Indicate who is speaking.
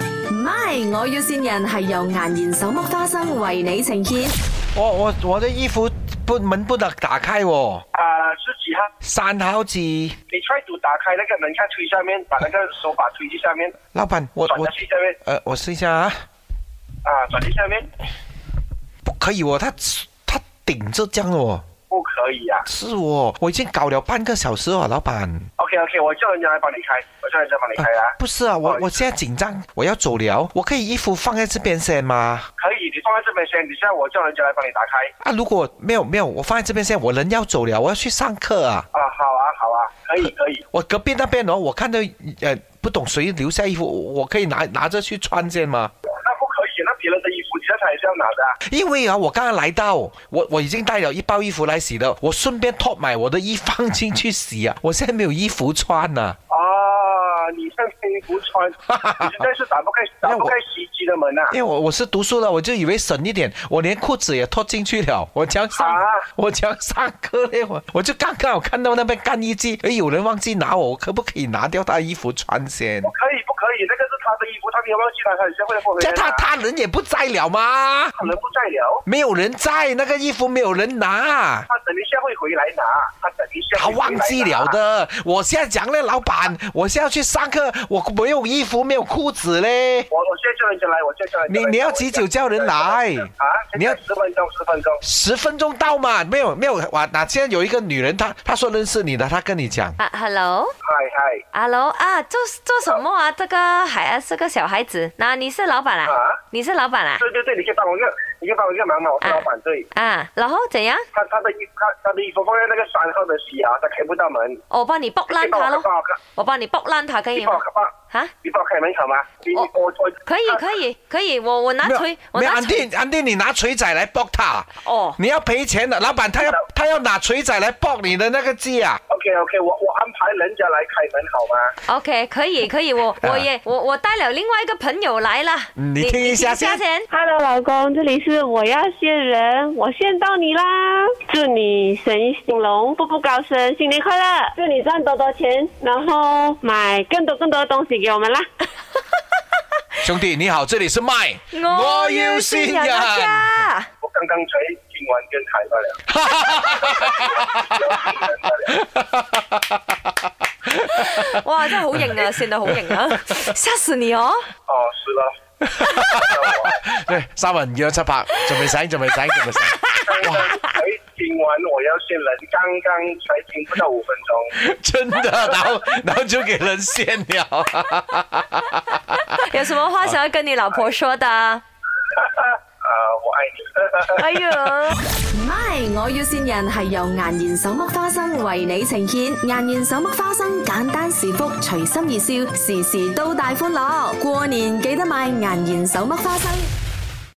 Speaker 1: 咪，我要善人係由顏然手剝花生為你呈現。
Speaker 2: 我我我的衣服不门不能打开哦，
Speaker 3: 啊，自己哈，
Speaker 2: 三毫子。
Speaker 3: 你快速打开那个门看推下面，把那个手把推去下面，
Speaker 2: 老板，我
Speaker 3: 转
Speaker 2: 我
Speaker 3: 下去下面，
Speaker 2: 呃，我试一下啊，
Speaker 3: 啊，转去下面，
Speaker 2: 不可以哦，他他顶着这样的哦，
Speaker 3: 不可以啊。
Speaker 2: 是哦，我已经搞了半个小时哦，老板。
Speaker 3: OK OK，我叫人家来帮你开，我叫人家帮你
Speaker 2: 呃
Speaker 3: 开啊。
Speaker 2: 不是啊，我
Speaker 3: 不好意思
Speaker 2: 我现在紧张，我要走了，我可以衣服放在这边先吗？
Speaker 3: 可以，你放在这边先，等下我叫人家来帮你打开。
Speaker 2: 啊，如果没有没有，我放在这边先，我人要走了，我要去上课啊。
Speaker 3: 啊，好啊，好啊，可以可以。
Speaker 2: 我隔壁那边哦，我看到呃不懂谁留下衣服，我我可以拿拿着去穿先吗？
Speaker 3: 那不可以，那别人的衣服你那才是要拿的啊。
Speaker 2: 因为啊，我刚刚来到，我我已经带了一包衣服来洗了，我顺便托买我的衣放进去洗啊， 我现在没有衣服穿呐、
Speaker 3: 啊，你上天衣服 穿，你现在是打不开打不开洗衣机的门呐、啊
Speaker 2: 因为我我是读书了，我就以为省一点，我连裤子也脱进去了，我将上、
Speaker 3: 啊
Speaker 2: 我将上课嘞，我我就刚刚我看到那边干衣机，哎，有人忘记拿我，我可不可以拿掉他衣服穿先？
Speaker 3: 不可以不可以，那个是他的衣服，他没有忘记拿，他等下会后悔
Speaker 2: 这
Speaker 3: 的
Speaker 2: 样他
Speaker 3: 啊。
Speaker 2: 他人也不在了吗？
Speaker 3: 可能不在了，
Speaker 2: 没有人在，那个衣服没有人拿，
Speaker 3: 他等一下会回来拿，他等一下
Speaker 2: 他
Speaker 3: 会回来
Speaker 2: 忘
Speaker 3: 拿
Speaker 2: 记了。的。我现在讲嘞，老板，我现在要去上课，我没有衣服，没有裤子嘞。
Speaker 3: 我我现在叫人家来，我现在叫人家
Speaker 2: 你
Speaker 3: 来
Speaker 2: 你要几久叫人来
Speaker 3: 啊？
Speaker 2: 哎你要
Speaker 3: 十分钟，十分钟。
Speaker 2: 十分钟到嘛？没有没有，哇！那现在有一个女人，她她说认识你的，她跟你讲，
Speaker 4: 啊，hello，hello
Speaker 3: 嗨嗨
Speaker 4: 啊，做做什么啊？这个孩啊，这个小孩子，那、你是老板啊？
Speaker 3: 啊！
Speaker 4: 你是老板啊？
Speaker 3: 对对对，你可以帮我一个，你可以帮我一个忙嘛，我是老板，对。
Speaker 4: 啊，然后怎样？
Speaker 3: 他他的衣他他的衣服放在那个三号的洗啊，他开不到门。
Speaker 4: 我帮你 book 烂
Speaker 3: 你帮
Speaker 4: 他
Speaker 3: 我
Speaker 4: 咯，
Speaker 3: 帮我看，
Speaker 4: 我帮你 book 烂他
Speaker 2: 哎
Speaker 4: 可以
Speaker 3: 你帮
Speaker 4: 吗
Speaker 3: 我？帮
Speaker 4: 啊，
Speaker 3: 你帮我开门好吗？你
Speaker 4: 我
Speaker 3: 我我
Speaker 4: 可以可以可以，我我拿
Speaker 2: 没有
Speaker 4: 锤，我
Speaker 2: 啊没有，
Speaker 4: 拿
Speaker 2: 安
Speaker 4: 锤
Speaker 2: 定安定，你拿锤仔来搏她，
Speaker 4: 哦。
Speaker 2: 你要赔钱的，老板他要他要拿锤仔来搏你的那个鸡啊！
Speaker 3: OK OK，我我安排人家来开门好吗？
Speaker 4: OK，可以可以，我我也我我带了另外一个朋友来了，
Speaker 2: 嗯啊你听一下先
Speaker 4: 先。
Speaker 5: Hello，老公，这里是我要谢人，我谢到你啦！祝你生意兴隆，步步高升，新年快乐！祝你赚多多钱，然后买更多更多的东西给我们啦！
Speaker 2: 兄弟你好，这里是麦，
Speaker 4: 我要
Speaker 2: 先
Speaker 4: 先人啊家，
Speaker 3: 我刚刚才听完跟开罢了。
Speaker 4: 哇，真系好 型啊，善到好型啊，吓死你哦！
Speaker 3: 哦，是了。
Speaker 2: 对，三文二七八，仲未醒，仲未醒，仲未醒。
Speaker 3: 刚刚才哎听完我要谢人，刚刚才听不到五分钟。
Speaker 2: 真的，然后然后就给人掀了。
Speaker 4: 有什么话想要跟你老婆 说的？
Speaker 3: 啊，我爱你。
Speaker 4: 哎呦！
Speaker 1: 咪，我要善人係由顏然手剝花生為你呈現。顏然手剝花生，簡單是福，隨心而笑，時時都大歡樂。過年記得買顏然手剝花生。